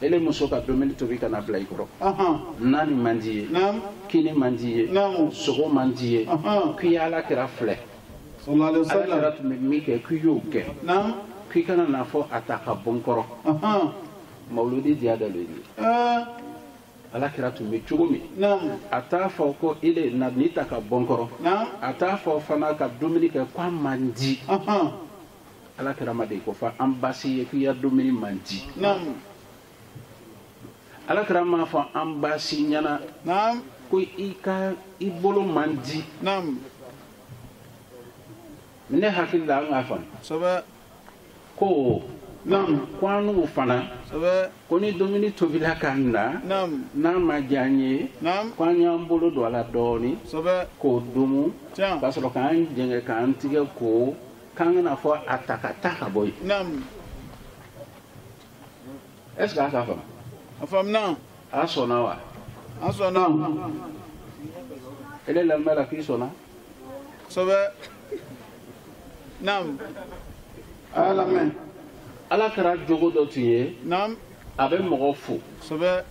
ele muso ka dumuni tobi kana bila i kɔrɔ Ahan. naani man di ye Naam. kini man di ye Naamu. sogo man di ye Ahan. k'i ye ala kɛra filɛ Sallallahu alaihi ala kɛra wasallam. tun bɛ min kɛ k'i y'o kɛ Naam. k'i kana n'a fɔ a ta ka bon bɔ n kɔrɔ Ahan. mawuludi diya dɔ de ye Ah, ala kɛra tun bɛ cogo min Naam. a t'a fɔ ko ele na ni ta ka bɔ n kɔrɔ Naam. a t'a fɔ fana ka dumuni kɛ k'a man di Ahan. ala kɛra ma deli ko fa an basi ye k'i ya dumuni man di Naam. ala kɛra m'a fɔ an basi ɲɛna Naam. ko i ka i bolo man di Naam. ne hakili la an k'a faamu Sɛbɛ. ko Naam. ko an n'u fana Sɛbɛ. ko ni dumuni tobila ka na Naam. n'a ma diya an ye Naam. ko an y'an bolo don a la dɔɔni Sɛbɛ. k'o dumu Tiɲɛ. k'a sɔrɔ k'an jɛngɛ k'an tigɛ ko k'an kana fɔ a ta ka taa ka bɔ yen Naam. est ce que a k'a faamu A faamuna. a sɔnna wa An sɔnna. ele lamɛn la k'i sɔnna Sɛbɛ. Naam. A y'a lamɛn. ala kɛra jogo dɔ tun ye Naam. a bɛ mɔgɔ fo Sɛbɛ.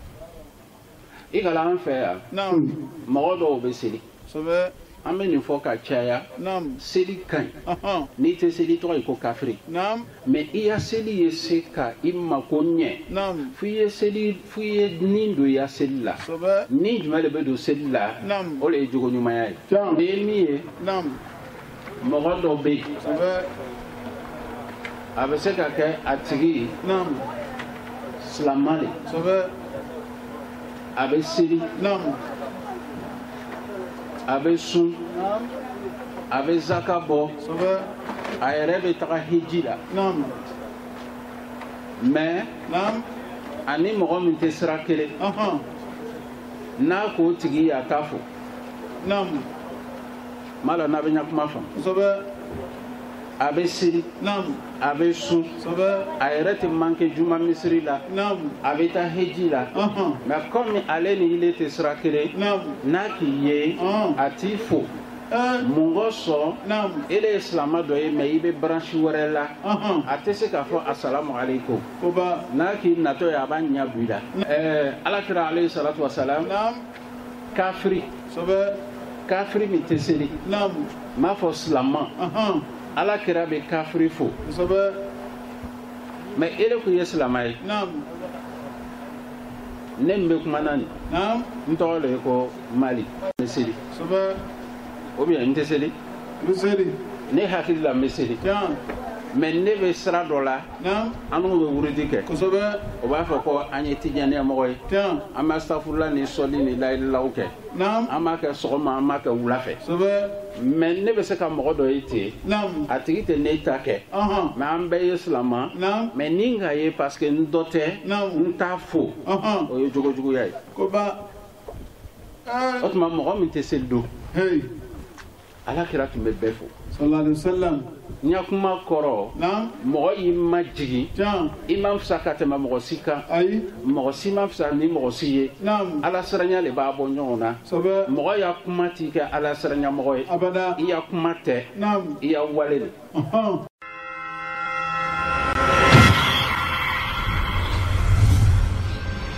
i kana an fɛ yan Naam. mɔgɔ dɔw bɛ seli Sɛbɛ. an bɛ nin fɔ ka caya Naam. seli ka ɲi Ahan. n'i tɛ seli tɔgɔ ye ko kafiri Naam. mɛ i ya seli ye se ka i mako ɲɛ Naam. f'i ye seli f'i ye nin don i ya seli la Sɛbɛ. nin jumɛn de bɛ don seli la Naam. o de ye jogo ɲumanya ye Tiɲɛ. n'i ye min ye Naam. mɔgɔ dɔ bɛ yen Sɛbɛ. a bɛ se ka kɛ a tigi Naam. silamɛ de Sɛbɛ. a bɛ seli Naam. a bɛ sun Naam. a bɛ zaka bɔ Sɛbɛ. a yɛrɛ bɛ taga hiji la Naam. mɛ Naam. ani mɔgɔ min tɛ sira kelen Ahan. n'a k'o tigi ye a t'a fo Naam. n b'a dɔn n'a bɛ ɲɛ kuma faamu Sɛbɛ. a bɛ seli Naam. a bɛ sun Sɛbɛ. a yɛrɛ tɛ manke juma misiri la Naam. a bɛ taa heji la Ahan. mɛ komi ale ni ile tɛ sira kelen Naam. n'a k'i ye Ɔn. a t'i fo Ɛ. mun kosɔn Naam. ele ye silama dɔ ye mɛ i bɛ baransi wɛrɛ la Ahan. a tɛ se k'a fɔ asalamualeykum Koba. n'a k'i natɔ ye a b'a ɲɛ bu i la ɛɛ ala kira ale salatu wasalam Naam. kafiri Sɛbɛ. kafiri min tɛ seli n Naam. b'a fɔ silama Ahan. ala kira bɛ kafiri fo Sɛbɛ. mɛ ele kun ye silama ye Naam. ne min bɛ kuma na nin Naam. n tɔgɔ de ye ko mali n tɛ seli Sɛbɛ. o bien n tɛ seli Misiri. ne hakili la n bɛ seli Tiɲɛ. mɛ ne bɛ sira dɔ la Naam. an n'u bɛ wurudi kɛ Kosɛbɛ. o b'a fɔ ko an ye tijaniyamɔgɔ ye Tiɲɛ. e, an bɛ safurula ni sɔli ni layilaw kɛ Naam. an b'a kɛ sɔgɔma an b'a kɛ wula fɛ Sɛbɛ. mɛ ne bɛ se ka mɔgɔ dɔ ye ten Naam. a tigi tɛ ne ta kɛ Ahan. mɛ an bɛɛ ye silama Naam. mɛ ni ka ye parce que n dɔ tɛ Naam. n t'a fo Ahan. o ye jogojuguya ye Koba. o Ɛ. tuma mɔgɔ min tɛ seli don Hey. ala kira tun bɛ bɛɛ fo Sallallahu alaihi wasallam. ɲakuma kɔrɔ Naam. mɔgɔ y'i ma jigi Tiɲɛ. i man fisa ka tɛmɛ mɔgɔ si kan Ayi. mɔgɔ si man fisa ni mɔgɔ si ye Naam. ala siranya le b'a bɔ ɲɔgɔn na Sɛbɛ. mɔgɔ y'a kuma t'i kɛ ala siranyamɔgɔ ye Abada. i y'a kuma tɛ Naam. i y'a wale de Ahan.